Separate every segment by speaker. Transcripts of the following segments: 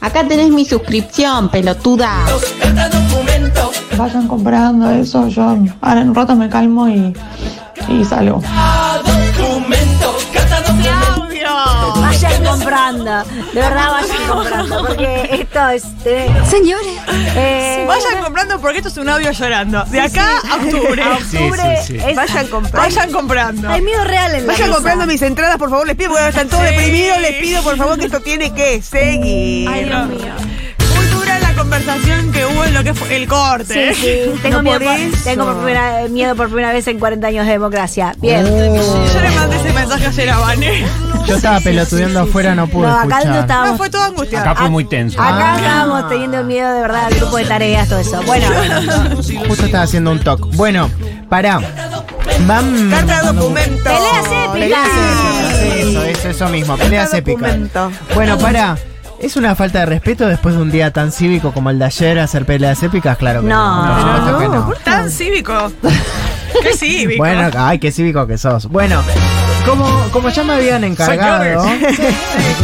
Speaker 1: Acá tenés mi suscripción, pelotuda.
Speaker 2: Vayan comprando eso, yo ahora en un rato me calmo y, y salgo.
Speaker 3: Vayan comprando, de verdad vayan comprando, porque esto es. eh,
Speaker 4: Señores.
Speaker 3: eh,
Speaker 5: Vayan comprando porque esto es un audio llorando. De acá a octubre.
Speaker 3: octubre
Speaker 6: Sí, sí,
Speaker 3: es-
Speaker 7: Vayan comprando.
Speaker 5: Vayan comprando.
Speaker 3: Hay miedo real en la
Speaker 7: Vayan
Speaker 3: mesa.
Speaker 7: comprando mis entradas, por favor, les pido, porque están todos
Speaker 5: Sí.
Speaker 7: deprimidos, les pido, por favor, que esto tiene que seguir.
Speaker 3: Ay, Dios mío.
Speaker 5: Muy dura la conversación que hubo en lo que fue el corte.
Speaker 3: Sí, sí. Tengo,
Speaker 7: No
Speaker 3: miedo,
Speaker 7: por
Speaker 3: por,
Speaker 7: eso.
Speaker 3: tengo por primera, miedo por primera vez en 40 años de democracia. Bien.
Speaker 5: Yo le mandé ese mensaje ayer a Vane.
Speaker 6: Yo estaba pelotudeando afuera, no pude
Speaker 3: No, acá
Speaker 6: escuchar.
Speaker 3: no estábamos.
Speaker 5: No, fue todo angustiado.
Speaker 6: Acá fue muy tenso. Ah.
Speaker 3: Acá estábamos teniendo miedo de verdad al grupo de tareas, todo eso. Bueno,
Speaker 6: Justo estaba haciendo un toque. Bueno, pará. Van.
Speaker 7: Carta documento.
Speaker 3: peleas épicas.
Speaker 6: Peleas épicas. Eso, eso, eso mismo. Peleas
Speaker 7: Cada
Speaker 6: épicas.
Speaker 7: documento.
Speaker 6: Bueno, pará. ¿Es una falta de respeto después de un día tan cívico como el de ayer hacer peleas épicas? Claro que no.
Speaker 3: No,
Speaker 6: por
Speaker 3: no,
Speaker 6: supuesto que no.
Speaker 5: Tan cívico. Qué cívico.
Speaker 6: Bueno, ay, qué cívico que sos. Bueno, como, como ya me habían encargado.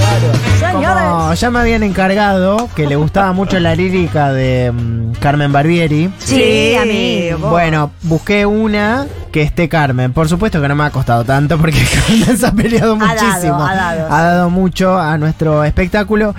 Speaker 6: Como ya me habían encargado que le gustaba mucho la lírica de mm, Carmen Barbieri.
Speaker 3: Sí, a mí.
Speaker 6: Bueno, busqué una que esté Carmen. Por supuesto que no me ha costado tanto porque Carmen se ha peleado
Speaker 3: dado,
Speaker 6: muchísimo.
Speaker 3: ha dado.
Speaker 6: Ha dado mucho a nuestro espectáculo.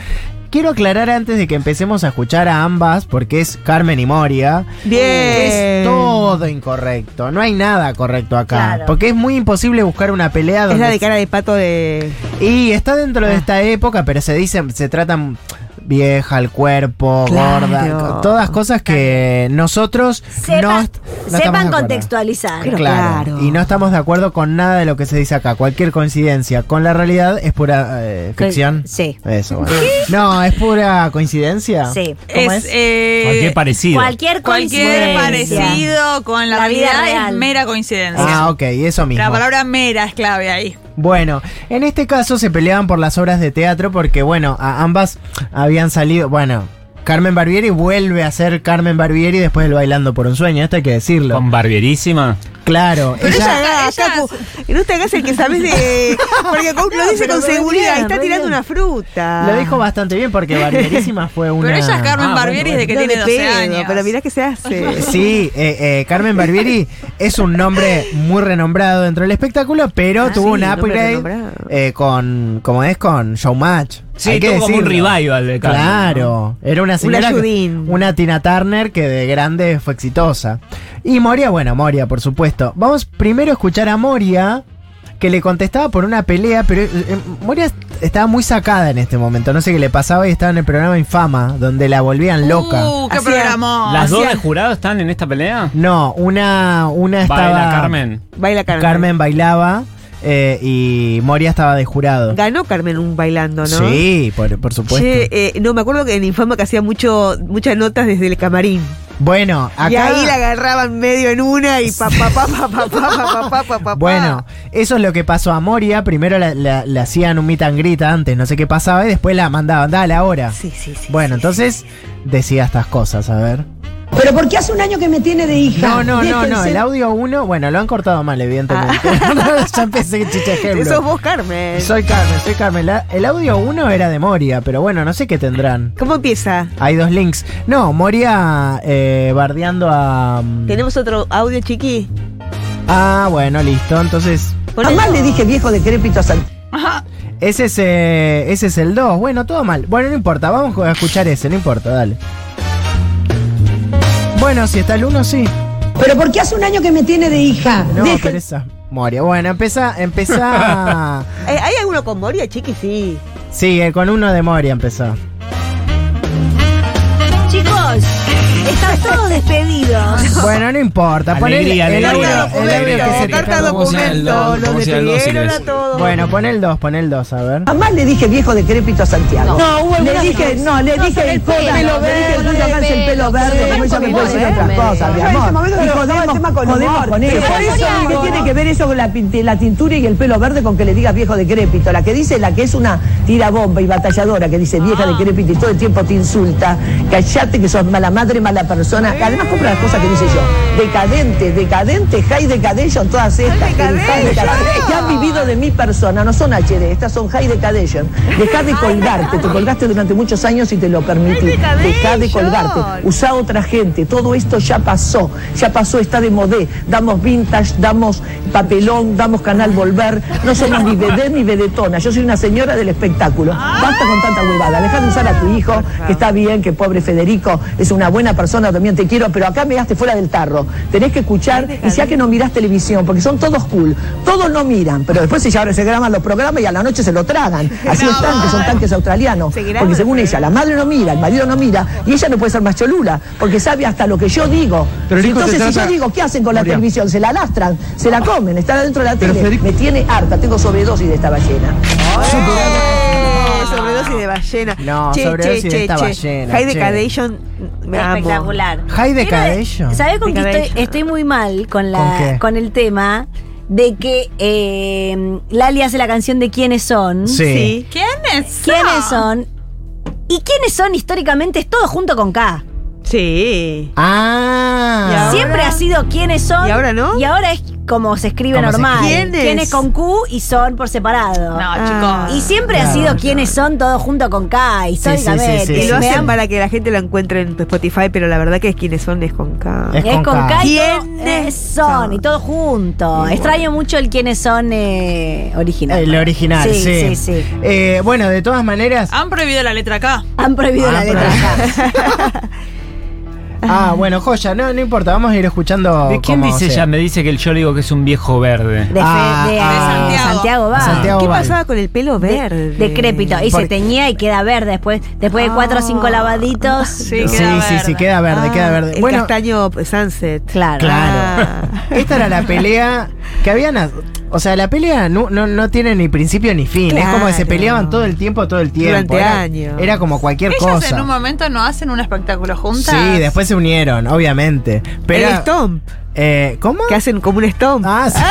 Speaker 6: Quiero aclarar antes de que empecemos a escuchar a ambas, porque es Carmen y Moria.
Speaker 7: Bien.
Speaker 6: Es todo incorrecto. No hay nada correcto acá.
Speaker 3: Claro.
Speaker 6: Porque es muy imposible buscar una pelea
Speaker 7: Es
Speaker 6: donde
Speaker 7: la de cara de pato de.
Speaker 6: y está dentro de esta época, pero se dicen, se tratan vieja, el cuerpo,
Speaker 7: Claro.
Speaker 6: gorda, todas cosas que nosotros no,
Speaker 3: Sepan,
Speaker 6: est- no estamos de
Speaker 3: sepan
Speaker 6: acuerdo.
Speaker 3: contextualizar.
Speaker 6: Claro. Y no estamos de acuerdo con nada de lo que se dice acá. Cualquier coincidencia con la realidad es pura eh, ficción.
Speaker 3: Sí.
Speaker 6: Eso, bueno. No, es pura coincidencia.
Speaker 3: Sí.
Speaker 6: ¿Cómo
Speaker 5: Es,
Speaker 6: es?
Speaker 5: eh,
Speaker 8: Cualquier parecido.
Speaker 3: Cualquier
Speaker 5: cualquier
Speaker 3: coincidencia.
Speaker 5: parecido con la,
Speaker 3: La vida
Speaker 5: realidad
Speaker 3: real.
Speaker 5: es mera coincidencia.
Speaker 6: Ah, ok, eso mismo.
Speaker 5: la palabra mera es clave ahí.
Speaker 6: Bueno, en este caso se peleaban por las obras de teatro porque, bueno, a ambas habían salido. Bueno, Carmen Barbieri vuelve a ser Carmen Barbieri después del Bailando por un Sueño, esto hay que decirlo.
Speaker 8: Con barbierísima.
Speaker 6: Claro,
Speaker 7: Pero ella,
Speaker 6: ella.
Speaker 7: haga,
Speaker 5: ella-
Speaker 7: Capu. No te hagas el que sabes de. Porque Capu lo dice
Speaker 3: pero
Speaker 7: con
Speaker 3: muy
Speaker 7: seguridad.
Speaker 3: bien,
Speaker 7: está
Speaker 3: muy
Speaker 7: tirando
Speaker 3: bien.
Speaker 7: una fruta.
Speaker 6: Lo dijo bastante bien porque Barbierísima fue una.
Speaker 5: Pero ella es Carmen
Speaker 8: Ah,
Speaker 5: Barbieri
Speaker 8: bueno,
Speaker 5: desde que
Speaker 7: No
Speaker 5: tiene
Speaker 7: le
Speaker 5: 12
Speaker 7: pedo,
Speaker 5: años.
Speaker 7: Pero mirá que se hace.
Speaker 6: Sí, eh, eh, Carmen Barbieri es un nombre muy renombrado dentro del espectáculo, pero
Speaker 7: Ah,
Speaker 6: tuvo
Speaker 7: sí,
Speaker 6: un
Speaker 7: nombre
Speaker 6: upgrade
Speaker 7: renombrado.
Speaker 6: eh, con, como es, con Showmatch.
Speaker 8: Sí,
Speaker 6: Hay que
Speaker 8: tuvo como un
Speaker 6: decirlo.
Speaker 8: revival de Carmen.
Speaker 6: Claro, era una señora, que-
Speaker 7: ayudín.
Speaker 6: una Tina Turner que de grande fue exitosa. Y Moria, bueno, Moria, por supuesto. Vamos primero a escuchar a Moria, que le contestaba por una pelea, pero eh, Moria estaba muy sacada en este momento. No sé qué le pasaba y estaba en el programa Infama, donde la volvían loca.
Speaker 5: Uh, qué
Speaker 7: Hacía-
Speaker 5: programó.
Speaker 8: ¿Las dos de jurado están en esta pelea?
Speaker 6: No, una, una estaba...
Speaker 8: Baila Carmen.
Speaker 7: Baila Carmen.
Speaker 6: Carmen bailaba eh, y Moria estaba de jurado.
Speaker 7: Ganó Carmen un bailando, ¿no?
Speaker 6: Sí, por, por supuesto.
Speaker 7: Che, eh, no, me acuerdo que en Infama que hacía mucho, muchas notas desde el camarín.
Speaker 6: Bueno, acá...
Speaker 7: Y ahí la agarraban medio en una y pa pa pa pa pa pa pa pa pa pa pa.
Speaker 6: Bueno, eso es lo que pasó a Moria. Primero la, la- la hacían un meet and greet antes, no sé qué pasaba, y después la mandaban, dale ahora.
Speaker 7: Sí, sí, sí.
Speaker 6: bueno, entonces decía estas cosas, a ver.
Speaker 9: Pero porque hace un año que me tiene de hija. este
Speaker 6: No, no, no, no,
Speaker 9: Déjense-
Speaker 6: el audio 1, bueno, lo han cortado mal, evidentemente.
Speaker 9: Ah.
Speaker 6: ya empecé que chicha ejemplo.
Speaker 7: Eso vos, Carmen.
Speaker 6: Soy Carmen, soy Carmen. La- el audio 1 era de Moria, pero bueno, no sé qué tendrán.
Speaker 7: ¿Cómo empieza?
Speaker 6: Hay dos links. No, Moria eh, bardeando a... mm,
Speaker 7: ¿Tenemos otro audio, chiqui?
Speaker 6: Ah, bueno, listo, entonces...
Speaker 7: Ponelo.
Speaker 9: Jamás le dije viejo decrépito a San-
Speaker 6: Ese es, eh, ese es el 2. Bueno, todo mal. Bueno, no importa. Vamos a escuchar ese. No importa, dale. Bueno, si está el 1, sí.
Speaker 9: Pero porque hace un año que me tiene de hija.
Speaker 6: No,
Speaker 9: Dejen-
Speaker 6: pero esa. Moria. Bueno, empezá. empezá
Speaker 7: Eh, ¿Hay alguno con Moria, chiqui? Sí.
Speaker 6: sí, eh, con uno de Moria empezó.
Speaker 3: Chicos, están todos despedidos.
Speaker 6: Bueno, no importa. Pon el,
Speaker 8: Alegría,
Speaker 6: el audio,
Speaker 8: alegría.
Speaker 6: el audio que se te
Speaker 7: carta
Speaker 6: escapó.
Speaker 7: documento, los
Speaker 8: Vamos a ir al dos, si
Speaker 7: despidieron a
Speaker 8: querés.
Speaker 7: todos.
Speaker 6: Bueno, pon el 2, pon el 2, a ver.
Speaker 9: Jamás le dije viejo decrépito a Santiago. No, le dije, no, le dije el coda, pelo verde, le dije el pelo, pelo verde, como ella me puede decir otras cosas, mi amor. Dijo, no, el tema con humor, con eso. Por eso, ¿qué tiene que ver eso con la, pin- la tintura y el pelo verde con que le digas viejo decrépito? La que dice, la que es una Ah. tirabomba y batalladora, que dice vieja decrépito y todo el tiempo te insulta, callate que sos mala
Speaker 10: madre mala persona, que además compra las cosas que no sé yo. Decadente, decadente, high decadello, todas estas. que- high decadello, Que han vivido de mi persona, no son HD, estas son high decadello. Dejá de colgarte, te colgaste durante muchos años y te lo permití. Dejá de colgarte, usá otra gente, todo esto ya pasó, ya pasó, está de modé. Damos vintage, damos papelón, damos canal volver, no somos ni vedette ni vedetona, yo soy una señora del espectáculo. Basta con tanta huevada, dejá de usar a tu hijo, que está bien, que pobre Federico, es una buena persona, también te quiero, pero acá me daste fuera del tarro. Tenés que escuchar, y ya que no mirás televisión, porque son todos cool, todos no miran, pero después se, ya- se graban los programas y a la noche se lo tragan. Así están, que son tanques australianos. Porque según ella, la madre no mira, el marido no mira, y ella no puede ser más cholula, porque sabe hasta lo que yo digo.
Speaker 11: Pero el hijo
Speaker 10: Entonces,
Speaker 11: se
Speaker 10: si yo
Speaker 11: trata-
Speaker 10: digo, ¿qué hacen con la
Speaker 11: Moria.
Speaker 10: televisión? Se la lastran, se la comen, están adentro de la
Speaker 11: Pero
Speaker 10: tele.
Speaker 11: Federico-
Speaker 10: Me tiene harta, tengo sobredosis de esta ballena.
Speaker 12: Eh, Sobredosis de ballena.
Speaker 6: No, sobredosis de esta ballena,
Speaker 12: High
Speaker 6: che.
Speaker 12: Decadation, me amo.
Speaker 3: Espectacular.
Speaker 6: High decadello.
Speaker 3: ¿Sabes con qué estoy,
Speaker 12: Decadello.
Speaker 3: estoy muy mal con la
Speaker 6: ¿Con qué?
Speaker 3: con el tema de que eh, Lali hace la canción de quiénes son?
Speaker 6: Sí.
Speaker 5: ¿Quiénes son?
Speaker 3: ¿Quiénes son? ¿Y quiénes son históricamente? Es todo junto con K.
Speaker 12: Sí.
Speaker 6: Ah.
Speaker 12: ahora?
Speaker 3: Siempre ha sido quiénes son.
Speaker 12: ¿Y ahora no?
Speaker 3: Y ahora es como se escribe
Speaker 6: Como se
Speaker 3: normal.
Speaker 12: escribe. ¿Quiénes?
Speaker 3: con Q y son por separado.
Speaker 5: No,
Speaker 12: Ah.
Speaker 5: chicos.
Speaker 3: Y siempre ha sido quiénes son todo junto con K, históricamente.
Speaker 6: sí, sí,
Speaker 12: Y
Speaker 6: sí.
Speaker 12: lo
Speaker 3: Me
Speaker 12: hacen
Speaker 3: han-
Speaker 12: para que la gente lo encuentre en Spotify, pero la verdad que es quienes son es con K.
Speaker 6: Es
Speaker 3: Es con K, y todo-
Speaker 12: ¿Quiénes
Speaker 3: eh, son? Y todo junto. Extraño mucho el quiénes son eh, original.
Speaker 6: El original, sí.
Speaker 3: Sí, sí, sí.
Speaker 6: Eh, bueno, de todas maneras.
Speaker 5: Han prohibido la letra K.
Speaker 3: Han prohibido
Speaker 6: Ah,
Speaker 3: la letra
Speaker 6: pero-
Speaker 3: K.
Speaker 6: Ah, bueno, joya, no, no importa, vamos a ir escuchando.
Speaker 8: ¿De quién
Speaker 6: cómo
Speaker 8: dice
Speaker 6: se-
Speaker 8: ella? Me dice que el yo le digo que es un viejo
Speaker 3: De,
Speaker 8: verde.
Speaker 3: fe-
Speaker 6: Ah,
Speaker 3: de,
Speaker 6: ah.
Speaker 3: de Santiago va.
Speaker 6: Santiago
Speaker 12: ¿Qué
Speaker 6: Val.
Speaker 12: pasaba con el pelo verde?
Speaker 3: Decrépito. Y
Speaker 6: Porque- Ah.
Speaker 3: se teñía y queda verde después. Después de cuatro o cinco lavaditos.
Speaker 5: Sí,
Speaker 6: Sí,
Speaker 5: queda
Speaker 6: sí,
Speaker 5: verde.
Speaker 6: sí, queda verde,
Speaker 12: Ah,
Speaker 6: queda verde.
Speaker 12: El
Speaker 6: Bueno,
Speaker 12: castaño sunset.
Speaker 3: Claro.
Speaker 6: Claro.
Speaker 12: Ah.
Speaker 6: esta era la pelea que habían. a- O sea, la pelea no, no, no tiene ni principio ni fin. Es como que se
Speaker 12: Claro.
Speaker 6: peleaban todo el tiempo, todo el tiempo.
Speaker 12: Durante
Speaker 6: era,
Speaker 12: años.
Speaker 6: era como cualquier
Speaker 5: Ellas
Speaker 6: cosa.
Speaker 5: en un momento no hacen un espectáculo juntas.
Speaker 6: Sí, después se unieron, obviamente. Pero.
Speaker 12: el stomp,
Speaker 6: eh, ¿Cómo?
Speaker 12: que hacen como un stomp.
Speaker 6: Ah, sí.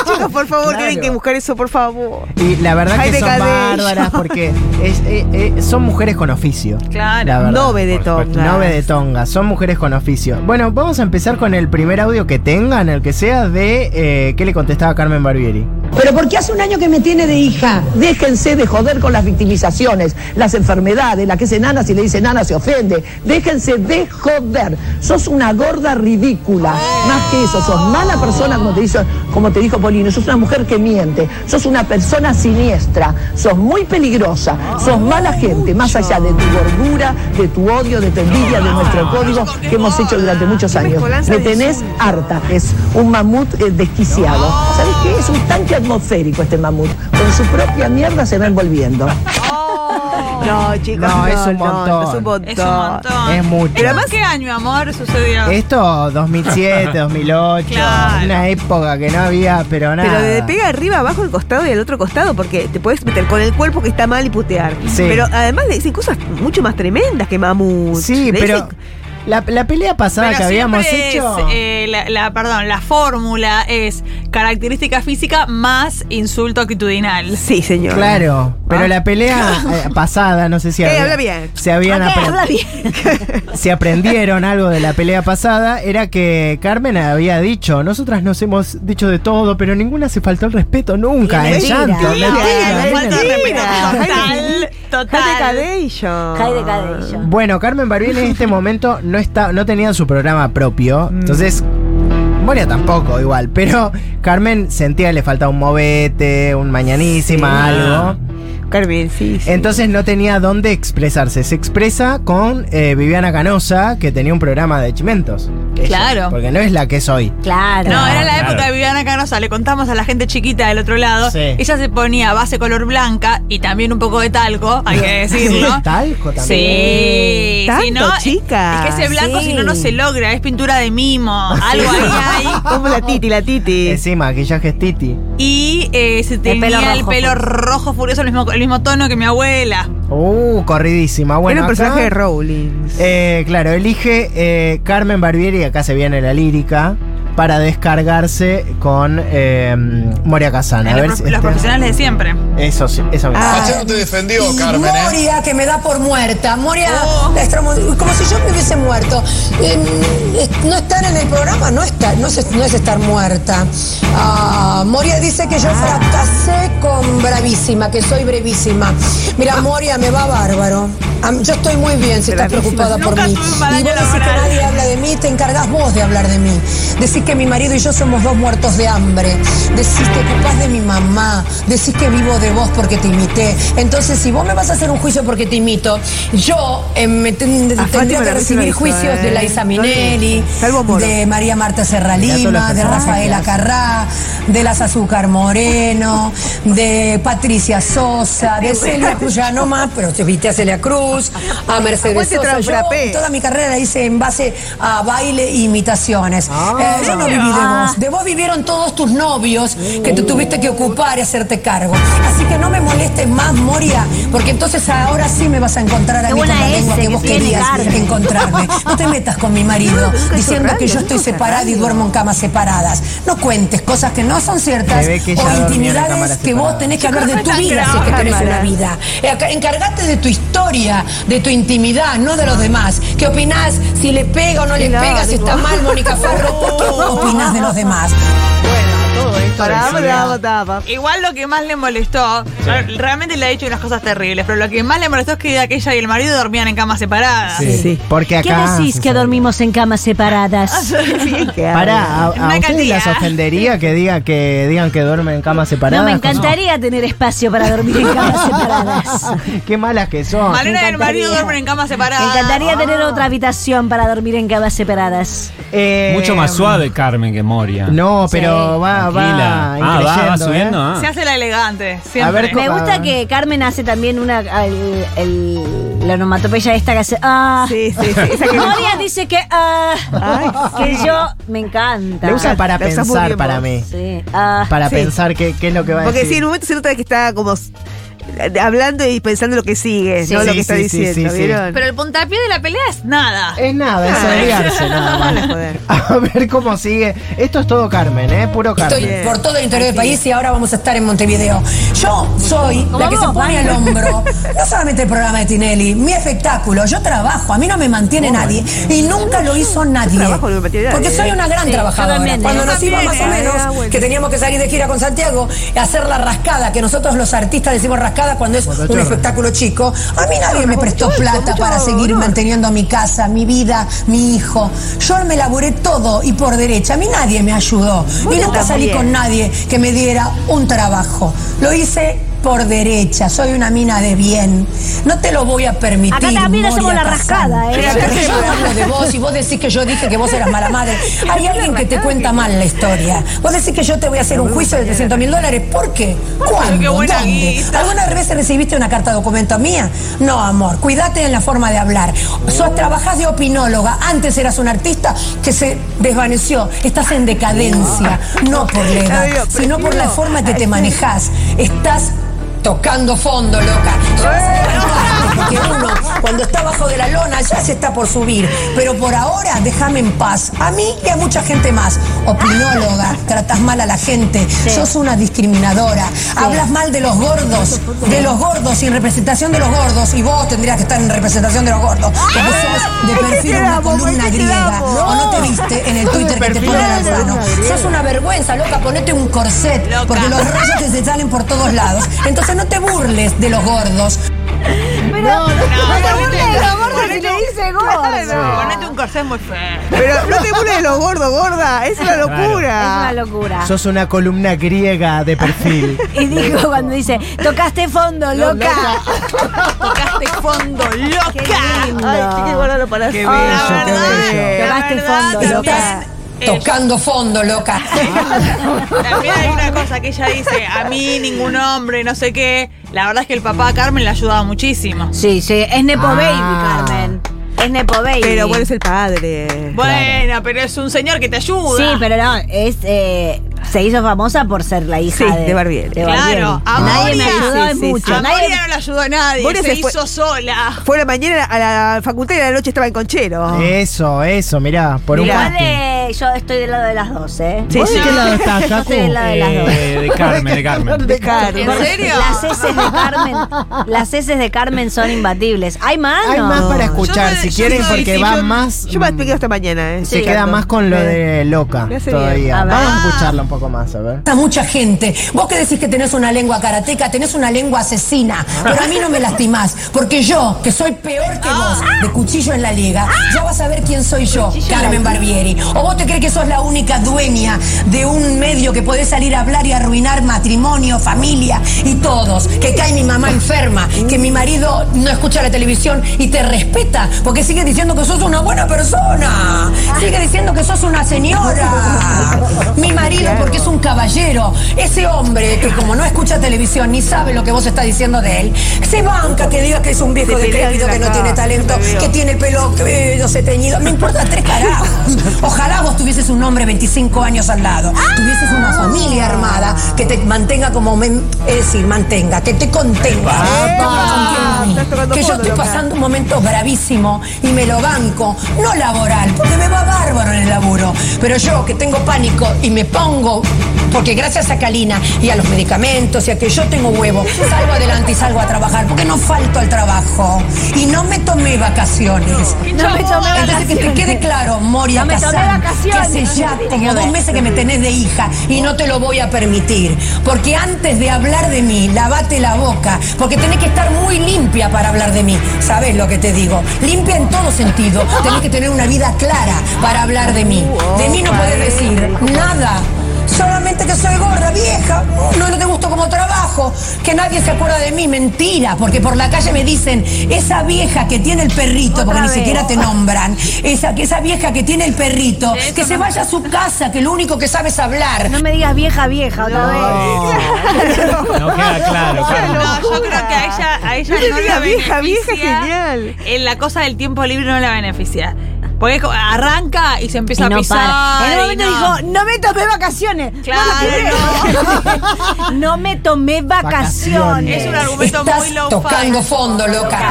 Speaker 12: Chicos, por favor,
Speaker 6: Claro.
Speaker 12: tienen que buscar eso, por favor.
Speaker 6: Y la verdad
Speaker 12: Ay,
Speaker 6: que son
Speaker 12: decadello.
Speaker 6: bárbaras porque es- eh, eh, son mujeres con oficio.
Speaker 5: Claro.
Speaker 6: la verdad.
Speaker 12: Nove de
Speaker 8: por
Speaker 12: tonga.
Speaker 8: supuesto.
Speaker 6: Nove de Tonga, son mujeres con oficio. Bueno, vamos a empezar con el primer audio que tengan, el que sea de eh, qué le contestaba Carmen Barbieri.
Speaker 10: Pero porque hace un año que me tiene de hija. Déjense de joder con las victimizaciones, las enfermedades, la que es enana si le dice enana se ofende. Déjense de joder. Sos una gorda ridícula. Más que eso, sos mala persona como te, hizo, como te dijo Polino. Sos una mujer que miente. Sos una persona siniestra. Sos muy peligrosa. Sos mala gente. Más allá de tu gordura, de tu odio, de tu envidia, de nuestro código que hemos hecho durante muchos años.
Speaker 12: mezcolanza
Speaker 10: Me
Speaker 12: de
Speaker 10: tenés harta. Es un mamut eh, desquiciado. ¿Sabes qué? Es un tanque atmosférico este mamut. Con su propia mierda se va envolviendo.
Speaker 12: No, chicos.
Speaker 6: No, es un montón.
Speaker 12: es un montón.
Speaker 5: Oh. Es un montón.
Speaker 6: Es mucho.
Speaker 5: Pero además, ¿qué año, amor, sucedió?
Speaker 6: Esto 2007, 2008,
Speaker 5: Claro.
Speaker 6: una época que no había, pero nada.
Speaker 12: Pero de pega arriba, abajo, el costado y al otro costado, porque te puedes meter con el cuerpo que está mal y putear.
Speaker 6: Sí.
Speaker 12: Pero además le dicen cosas mucho más tremendas que Mamut.
Speaker 6: Sí,
Speaker 12: Le
Speaker 6: pero
Speaker 12: dicen-
Speaker 6: la, la pelea pasada
Speaker 5: Pero
Speaker 6: que habíamos
Speaker 5: siempre es,
Speaker 6: hecho.
Speaker 5: eh, la, la- perdón, la fórmula es característica física más insulto actitudinal.
Speaker 12: Sí, señor.
Speaker 6: Claro, pero la pelea eh, pasada, no sé si
Speaker 12: Eh,
Speaker 6: había-
Speaker 12: habla bien.
Speaker 6: se habían
Speaker 3: Ok,
Speaker 6: apre-
Speaker 3: habla bien.
Speaker 6: se aprendieron algo de la pelea pasada, era que Carmen había dicho, nosotras nos hemos dicho de todo, pero ninguna se faltó el respeto nunca, el
Speaker 3: Mentira.
Speaker 6: llanto,
Speaker 5: No,
Speaker 12: Mentira,
Speaker 6: mentira,
Speaker 5: no, falta de
Speaker 6: mentira.
Speaker 5: respeto total,
Speaker 12: High
Speaker 5: total.
Speaker 12: Decadation.
Speaker 3: High Decadation.
Speaker 6: Bueno, Carmen Barbieri en este momento no está, no tenía su programa propio,
Speaker 12: Mm.
Speaker 6: entonces Moria tampoco igual, pero Carmen sentía que le faltaba un movete, un mañanísima,
Speaker 12: Sí. Ah.
Speaker 6: algo.
Speaker 12: Carmen, sí. sí.
Speaker 6: Entonces no tenía dónde expresarse. Se expresa con eh, Viviana Canosa, que tenía un programa de chimentos. Ella,
Speaker 5: Claro.
Speaker 6: Porque no es la que es hoy.
Speaker 3: Claro.
Speaker 5: No, era la
Speaker 8: Claro.
Speaker 5: época de Viviana Canosa, le contamos a la gente chiquita del otro lado.
Speaker 6: Sí.
Speaker 5: Ella se ponía base color blanca y también un poco de talco, hay que decirlo.
Speaker 6: Talco también.
Speaker 5: Sí,
Speaker 12: Tanto,
Speaker 5: si no,
Speaker 12: chicas.
Speaker 5: Es que ese blanco,
Speaker 3: Sí.
Speaker 5: si no, no se logra, es pintura de mimo, algo ahí hay.
Speaker 12: Como la Titi, la Titi.
Speaker 6: Encima, maquillaje es Titi.
Speaker 5: Y eh, se tenía
Speaker 3: pelo
Speaker 5: el
Speaker 3: rojo,
Speaker 5: pelo
Speaker 3: pues.
Speaker 5: rojo furioso, el mismo, el mismo tono que mi abuela.
Speaker 6: Uh, corridísima.
Speaker 12: Era
Speaker 6: Bueno,
Speaker 12: un
Speaker 6: acá,
Speaker 12: personaje de Rowling.
Speaker 6: eh, claro, elige eh, Carmen Barbieri, acá se viene la lírica. para descargarse con eh, Moria Casana. A
Speaker 5: En los,
Speaker 6: ver
Speaker 5: prof-
Speaker 6: si
Speaker 5: los
Speaker 6: este-
Speaker 5: profesionales de siempre.
Speaker 6: Eso sí, eso mismo.
Speaker 3: Ah,
Speaker 4: Ayer no te defendió, Carmen, ¿eh?
Speaker 10: Moria, que me da por muerta. Moria,
Speaker 5: Oh.
Speaker 10: la extramo- como si yo me hubiese muerto. Eh, no estar en el programa no, está, no, es, no es estar muerta. Ah, Moria dice que yo fracasé con bravísima, que soy brevísima. Mira, Moria, me va bárbaro. Am- Yo estoy muy bien si estás preocupada por
Speaker 5: Nunca
Speaker 10: mí.
Speaker 5: tuve un balaño
Speaker 10: Y vos decís que
Speaker 5: laboral.
Speaker 10: nadie habla de mí, te encargas vos de hablar de mí. Decís que mi marido y yo somos dos muertos de hambre. Decís que ocupás de mi mamá. Decís que vivo de vos porque te imité. Entonces, si vos me vas a hacer un juicio porque te imito, yo eh, me ten-
Speaker 7: A Fátima
Speaker 10: tendría
Speaker 7: la
Speaker 10: que recibir
Speaker 7: recibo esto,
Speaker 10: juicios de
Speaker 7: eh.
Speaker 10: Laisa Minelli,
Speaker 7: Salvo Moro.
Speaker 10: de María Marta
Speaker 6: Mirá todos
Speaker 10: Serralima,
Speaker 6: los
Speaker 10: de
Speaker 6: personajes
Speaker 10: Rafaela Carrá, de Las Azúcar Moreno, de Patricia Sosa, de Celia Cruz, ya no más, pero te viste a Celia Cruz, a Mercedes
Speaker 7: Aguante
Speaker 10: Sosa. Yo
Speaker 7: Trapé.
Speaker 10: toda mi carrera la hice en base a baile e imitaciones.
Speaker 12: Ah.
Speaker 10: Eh, yo no viví de vos. De vos vivieron todos tus novios que te tuviste que ocupar y hacerte cargo. Así que no me molestes más, Moria, porque entonces ahora sí me vas a encontrar a
Speaker 3: Qué
Speaker 10: mí con
Speaker 3: buena
Speaker 10: la
Speaker 3: S
Speaker 10: lengua que
Speaker 3: que
Speaker 10: vos
Speaker 3: tiene,
Speaker 10: querías
Speaker 3: Carmen.
Speaker 10: encontrarme. No te metas con mi marido diciendo que yo estoy separada y duermo en camas separadas. No cuentes cosas que no son ciertas
Speaker 6: Se ve que ella
Speaker 10: o
Speaker 6: dormía en
Speaker 10: intimidades
Speaker 6: cámaras
Speaker 10: que vos
Speaker 6: separadas.
Speaker 10: tenés que hablar de tu
Speaker 5: no es
Speaker 10: vida
Speaker 5: tan
Speaker 10: si es que
Speaker 5: grave,
Speaker 10: tenés una
Speaker 7: Mara.
Speaker 10: vida. Eh, acá- Encargate de tu historia, de tu intimidad, no de los demás. ¿Qué opinás? Si le pega o no le
Speaker 7: Claro.
Speaker 10: pega, si está mal Mónica Ferro, ¿por qué opinás de los demás?
Speaker 7: Pará, pará, pará.
Speaker 5: Igual lo que más le molestó, realmente le ha dicho unas cosas terribles, pero lo que más le molestó es que aquella y el marido dormían en camas separadas.
Speaker 6: Sí. Porque
Speaker 3: ¿Qué
Speaker 6: acá.
Speaker 3: decís que dormimos en camas separadas?
Speaker 6: Pará, a, a
Speaker 5: Una
Speaker 6: ustedes
Speaker 5: cantidad.
Speaker 6: las ofendería que digan que digan que duermen en camas separadas.
Speaker 3: No, me encantaría tener espacio para dormir en camas separadas.
Speaker 6: Qué malas que son.
Speaker 5: Malena y el
Speaker 3: encantaría.
Speaker 5: marido duermen en camas separadas.
Speaker 3: Me encantaría tener otra habitación para dormir en camas separadas.
Speaker 6: Eh,
Speaker 8: Mucho más suave Carmen que Moria.
Speaker 6: No, pero
Speaker 3: Sí.
Speaker 6: va,
Speaker 8: Tranquila.
Speaker 6: va,
Speaker 8: Ah, va, va
Speaker 6: increyendo,
Speaker 8: subiendo.
Speaker 6: ¿eh?
Speaker 8: ah.
Speaker 5: Se hace la elegante, siempre.
Speaker 6: A ver,
Speaker 3: Me
Speaker 6: Copa.
Speaker 3: gusta que Carmen hace también una al- el- la onomatopeya esta que hace ah.
Speaker 7: Sí, sí, sí. Esa que no-
Speaker 3: Moria dice que ah, que yo me encanta.
Speaker 6: Lo usa para
Speaker 7: La usás muy
Speaker 6: pensar
Speaker 7: bien
Speaker 6: para
Speaker 7: vos.
Speaker 6: mí.
Speaker 3: Sí, ah.
Speaker 6: Para
Speaker 7: Sí.
Speaker 6: pensar qué, qué es lo que va a
Speaker 7: Porque sí, en
Speaker 6: decir.
Speaker 7: un momento se nota que está como s- hablando y pensando lo que sigue,
Speaker 3: Sí.
Speaker 7: no lo
Speaker 6: Sí,
Speaker 7: que está
Speaker 6: sí, sí,
Speaker 7: diciendo,
Speaker 6: sí, sí.
Speaker 7: ¿vieron?
Speaker 5: Pero el puntapié de la pelea es nada.
Speaker 6: Es nada,
Speaker 7: Ah,
Speaker 6: es odiarse nada
Speaker 7: Van a
Speaker 6: más.
Speaker 7: joder.
Speaker 6: A ver cómo sigue. Esto es todo Carmen, ¿eh? Puro
Speaker 10: Estoy
Speaker 6: Carmen.
Speaker 10: por todo el interior del país y ahora vamos a estar en Montevideo. Yo soy la que se pone al hombro, no solamente el programa de Tinelli, mi espectáculo. Yo trabajo, a mí no me mantiene nadie y nunca lo hizo nadie.
Speaker 7: trabajo no me mantiene nadie. ¿eh?
Speaker 10: Porque soy una gran
Speaker 3: Sí, yo
Speaker 10: trabajadora.
Speaker 3: también,
Speaker 10: Cuando
Speaker 3: yo
Speaker 10: nos iba más o
Speaker 7: también,
Speaker 10: menos,
Speaker 7: ah, bueno.
Speaker 10: que teníamos que salir de gira con Santiago, hacer la rascada, que nosotros los artistas decimos rascada cuando es un espectáculo chico, a mí nadie me prestó plata para seguir manteniendo mi casa, mi vida, mi hijo. Yo me laburé todo y por derecha. A mí nadie me ayudó. Y nunca salí
Speaker 7: bien.
Speaker 10: con nadie que me diera un trabajo. Lo hice por derecha, soy una mina de bien. No te lo voy a permitir.
Speaker 3: Acá también
Speaker 10: Moria
Speaker 3: hacemos la
Speaker 10: Kazan.
Speaker 3: rascada, ¿eh?
Speaker 10: Pero acá yo hablo de vos y vos decís que yo dije que vos eras mala madre. Hay alguien que te cuenta mal la historia. Vos decís que yo te voy a hacer un juicio de 300 mil dólares. ¿Por qué?
Speaker 5: qué
Speaker 10: ¿Cuándo?
Speaker 5: buena
Speaker 10: ¿Dónde?
Speaker 5: guita.
Speaker 10: ¿Alguna vez recibiste una carta de documento mía? No, amor. Cuídate en la forma de hablar. Sos, trabajás de opinóloga. Antes eras un artista que se desvaneció. Estás en decadencia. No por la edad,
Speaker 7: Ay, Dios,
Speaker 10: sino por la
Speaker 7: prefiero-
Speaker 10: forma que te manejás. Estás tocando fondo, loca. Ya vas a llegar tarde, porque uno, cuando está bajo de la lona, ya se está por subir. Pero por ahora, déjame en paz. A mí y a mucha gente más. Opinóloga, tratás mal a la gente, sos una discriminadora, hablas mal de los gordos, de los gordos, sin representación de los gordos, y vos tendrías que estar en representación de los gordos. Porque sos de perfil una columna griega, o no te viste en el Twitter que te pone el alzano. Sos una vergüenza, loca, ponete un corset,
Speaker 5: Loca.
Speaker 10: porque los rayos te se salen por todos lados. Entonces no te burles de los gordos.
Speaker 3: Pero no, no,
Speaker 5: ponete-
Speaker 3: si le dice gordo.
Speaker 5: Ponete un corsé muy feo.
Speaker 7: Pero no te burles de los gordos, gorda, es una
Speaker 3: Es una
Speaker 7: locura.
Speaker 3: locura.
Speaker 6: Sos una columna griega de perfil.
Speaker 3: Y dijo cuando dice, tocaste fondo, loca.
Speaker 5: Tocaste fondo,
Speaker 3: Qué
Speaker 5: loca.
Speaker 3: lindo.
Speaker 7: Ay, sí que guardarlo para
Speaker 6: Qué
Speaker 7: siempre.
Speaker 6: bello,
Speaker 5: La
Speaker 6: qué
Speaker 5: verdad,
Speaker 6: bello.
Speaker 5: la
Speaker 3: Tocaste
Speaker 5: verdad,
Speaker 3: fondo, loca.
Speaker 10: Estás tocando fondo, loca.
Speaker 5: También hay una cosa que ella dice, a mí ningún hombre, no sé qué. La verdad es que el papá a Carmen la ayudaba muchísimo.
Speaker 3: Sí, sí, es Nepo
Speaker 6: Ah.
Speaker 3: Baby, Carmen. Es Nepo Baby.
Speaker 7: Pero bueno, es el padre.
Speaker 5: Bueno, pero es un señor que te ayuda.
Speaker 3: Sí, pero no, es, eh, se hizo famosa por ser la hija
Speaker 7: Sí,
Speaker 3: de,
Speaker 7: de Barbieri.
Speaker 3: Barbieri.
Speaker 5: Claro, a
Speaker 3: Nadie me
Speaker 5: Moria-
Speaker 3: ayudó
Speaker 7: Sí,
Speaker 3: en
Speaker 7: sí,
Speaker 3: mucho.
Speaker 5: a
Speaker 3: nadie-
Speaker 5: Moria no la ayudó nadie,
Speaker 7: Moria
Speaker 5: se,
Speaker 7: se fue-
Speaker 5: hizo sola.
Speaker 7: Fue a la mañana a la facultad y a la noche estaba en conchero.
Speaker 6: Eso, eso, mirá, por
Speaker 3: Igual
Speaker 6: un casting.
Speaker 3: eh, eh, yo estoy del lado de las dos, ¿eh?
Speaker 6: ¿Vos de qué lado estás,
Speaker 3: Yo
Speaker 6: Facu?
Speaker 3: estoy del lado de las dos.
Speaker 8: Eh, de Carmen, de Carmen.
Speaker 7: De Carmen.
Speaker 5: ¿En serio?
Speaker 3: Las heces de Carmen, las heces de Carmen son imbatibles. ¿Hay más?
Speaker 6: Hay
Speaker 3: No.
Speaker 6: más para
Speaker 5: Yo
Speaker 6: escuchar,
Speaker 5: no-
Speaker 6: si
Speaker 5: yo
Speaker 6: quieren,
Speaker 5: no-
Speaker 6: porque
Speaker 5: sí,
Speaker 6: va
Speaker 5: yo-
Speaker 6: más.
Speaker 7: Yo me quedo hasta mañana, ¿eh?
Speaker 6: Se
Speaker 3: Sí,
Speaker 6: queda
Speaker 7: Ricardo.
Speaker 6: más con lo
Speaker 7: Me-
Speaker 6: de loca
Speaker 7: me hace bien.
Speaker 6: todavía.
Speaker 3: A ver.
Speaker 6: Vamos a escucharla un poco más, a ver.
Speaker 10: A mucha gente. Vos que decís que tenés una lengua karateca, tenés una lengua asesina. Pero a mí no me lastimás, porque yo, que soy peor que vos, de cuchillo en la liga, ya vas a ver quién soy yo, Carmen Barbieri. O vos te crees que sos la única dueña de un medio que podés salir a hablar y arruinar matrimonio, familia y todos. Que cae mi mamá enferma, que mi marido no escucha la televisión y te respeta, porque sigue diciendo que sos una buena persona. Sigue diciendo que sos una señora. Mi marido, porque es un caballero. Ese hombre que como no escucha televisión ni sabe lo que vos estás diciendo de él, se banca que diga que es un viejo
Speaker 7: Te peleas de
Speaker 10: decrépito,
Speaker 7: la
Speaker 10: que no
Speaker 7: cara,
Speaker 10: tiene talento,
Speaker 7: te veo.
Speaker 10: que tiene el pelo eh, no sé, teñido. Me importa tres carajos. Ojalá vos tuvieses un hombre 25 años al lado. Tuvieses una familia armada que te mantenga como... men- es decir, mantenga, que te contenga.
Speaker 7: Estás tocando
Speaker 10: Que yo
Speaker 7: fondo,
Speaker 10: estoy
Speaker 7: loca.
Speaker 10: pasando un momento gravísimo y me lo banco, no laboral, porque me va bárbaro en el laburo, pero yo que tengo pánico y me pongo, porque gracias a Calina y a los medicamentos y a que yo tengo huevo, salgo adelante y salgo a trabajar, porque no falto al trabajo y no me tomé vacaciones.
Speaker 3: No me tomé
Speaker 10: Entonces que te quede claro, Moria
Speaker 3: No me tomé
Speaker 10: Kazan, que
Speaker 3: vacaciones.
Speaker 10: hace ya
Speaker 3: Tiene
Speaker 10: como
Speaker 3: que
Speaker 10: dos
Speaker 3: ver.
Speaker 10: meses que me tenés de hija y no te lo voy a permitir. Porque antes de hablar de mí, lavate la boca, porque tenés que estar muy limpia para hablar de mí. ¿Sabés lo que te digo? Limpia en todo sentido. Tenés que tener una vida clara para hablar de mí. De mí no podés decir nada. Solamente que soy gorda, vieja, no, no te gusto como trabajo, que nadie se acuerda de mí, mentira, porque por la calle me dicen, esa vieja que tiene el perrito, porque ni
Speaker 3: vez.
Speaker 10: siquiera te nombran, esa, que esa vieja que tiene el perrito, que se vaya a su casa, que lo único que sabe es hablar.
Speaker 3: No me digas vieja, vieja otra vez.
Speaker 8: No queda claro, Carmen.
Speaker 5: No, yo creo que a ella, a ella
Speaker 7: Yo te
Speaker 5: no
Speaker 7: diría,
Speaker 5: la
Speaker 7: vieja,
Speaker 5: beneficia.
Speaker 7: vieja, genial.
Speaker 5: En la cosa del tiempo libre no la beneficia. Porque es como- arranca y se empieza
Speaker 3: Y
Speaker 5: a
Speaker 3: no
Speaker 5: pisar.
Speaker 3: para. En un
Speaker 5: y
Speaker 3: momento
Speaker 5: no.
Speaker 3: dijo, no me tomé vacaciones. Vos
Speaker 5: Claro,
Speaker 3: lo que ves. No me tomé vacaciones.
Speaker 5: Es un argumento muy low
Speaker 10: Estás tocando
Speaker 5: fi.
Speaker 10: fondo, loca.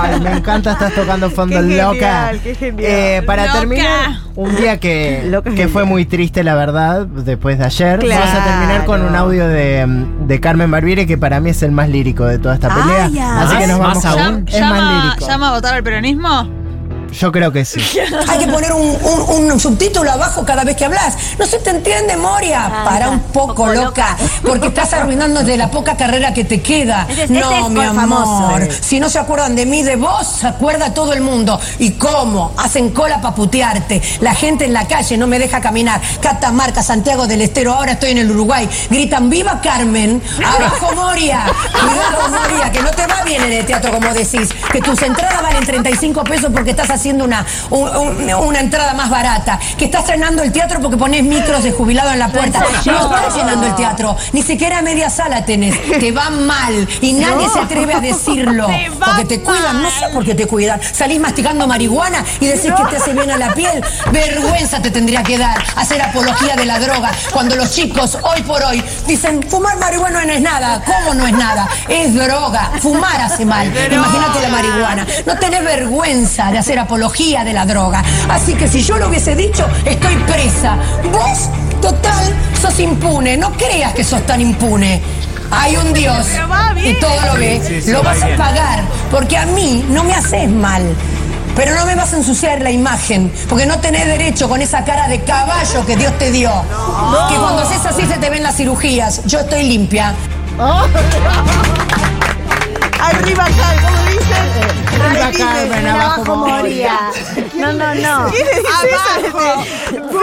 Speaker 6: Ay, me encanta, estás tocando fondo
Speaker 7: Qué genial,
Speaker 6: loca.
Speaker 7: qué genial.
Speaker 6: Eh, para
Speaker 5: Loca.
Speaker 6: terminar, un día que,
Speaker 7: Loca
Speaker 6: que
Speaker 7: genial.
Speaker 6: fue muy triste, la verdad, después de ayer.
Speaker 7: Claro.
Speaker 6: Vamos a terminar con un audio de, mm, de Carmen Barbieri, que para mí es el más lírico de toda esta pelea.
Speaker 3: Ay, ay.
Speaker 6: Así que nos
Speaker 8: Más
Speaker 6: vamos a
Speaker 5: Llam-
Speaker 8: aún.
Speaker 6: Es más
Speaker 5: llama,
Speaker 6: lírico.
Speaker 5: llama a votar al peronismo?
Speaker 6: Yo creo que sí.
Speaker 10: Hay que poner un, un- un subtítulo abajo cada vez que hablas. No se te entiende, Moria.
Speaker 3: Ah,
Speaker 10: Para
Speaker 3: no.
Speaker 10: un poco,
Speaker 3: Poco
Speaker 10: loca,
Speaker 3: loca.
Speaker 10: porque estás arruinando de la poca carrera que te queda.
Speaker 3: Este es-
Speaker 10: no,
Speaker 3: este es
Speaker 10: mi amor.
Speaker 3: famoso.
Speaker 10: Si no se acuerdan de mí, de vos, se acuerda todo el mundo. ¿Y cómo? Hacen cola para putearte. La gente en la calle no me deja caminar. Catamarca, Santiago del Estero, ahora estoy en el Uruguay. Gritan, ¡Viva Carmen! ¡Abajo Moria! ¡Cuidado Moria! Que no te va bien en el teatro, como decís. Que tus entradas valen 35 pesos porque estás haciendo una, un- un- una entrada más barata. Que estás llenando el teatro porque pones micros de jubilado en la puerta. No estás llenando el teatro. Ni siquiera media sala tenés. Te va mal. Y nadie se atreve a decirlo.
Speaker 5: Te va
Speaker 10: Porque te cuidan, no sé por qué te cuidan. Salís masticando marihuana y decís que te hace bien a la piel. Vergüenza te tendría que dar hacer apología de la droga. Cuando los chicos hoy por hoy dicen, fumar marihuana no es nada. ¿Cómo no es nada? Es droga. Fumar hace mal. Imagínate la marihuana. No tenés vergüenza de hacer apología de la droga. Así que si yo lo hubiese dicho, estoy presa. Vos, total, sos impune. No creas que sos tan impune. Hay un Dios y todo lo ve. lo vas a pagar, porque a mí no me haces mal. Pero no me vas a ensuciar la imagen, porque no tenés derecho con esa cara de caballo que Dios te dio. Que cuando haces así se te ven las cirugías. Yo estoy limpia.
Speaker 7: Arriba Carmen, ¿cómo dicen?
Speaker 6: Arriba,
Speaker 7: Repite.
Speaker 6: Carmen, abajo,
Speaker 3: Abajo
Speaker 6: Moria.
Speaker 3: moría. No, no, no.
Speaker 7: ¿Quién le dice eso?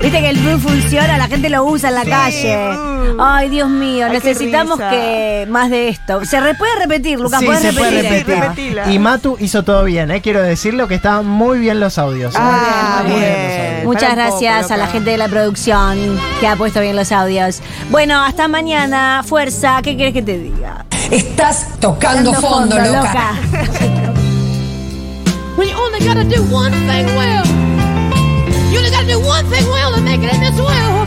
Speaker 3: Viste que el blue funciona, la gente lo usa en la calle.
Speaker 7: boo.
Speaker 3: Ay, Dios mío,
Speaker 7: Ay, qué
Speaker 3: necesitamos
Speaker 7: risa.
Speaker 3: que más de esto. Se re- puede repetir, Lucas,
Speaker 6: Sí,
Speaker 3: puedes
Speaker 6: se puede
Speaker 3: repetir.
Speaker 6: repetir.
Speaker 7: Sí, repetila.
Speaker 6: Y Matu hizo todo bien, eh, quiero decirlo que estaban muy bien los audios.
Speaker 7: Ah,
Speaker 6: Muy bien los
Speaker 7: bien.
Speaker 6: audios.
Speaker 3: Muchas
Speaker 7: Para un poco,
Speaker 3: gracias a la
Speaker 7: loca.
Speaker 3: gente de la producción que ha puesto bien los audios. Bueno, hasta mañana. Fuerza, ¿qué quieres que te diga?
Speaker 10: Estás tocando fondo, loca.
Speaker 13: When you only gotta do one thing well, you only gotta do one thing well to make it in this world.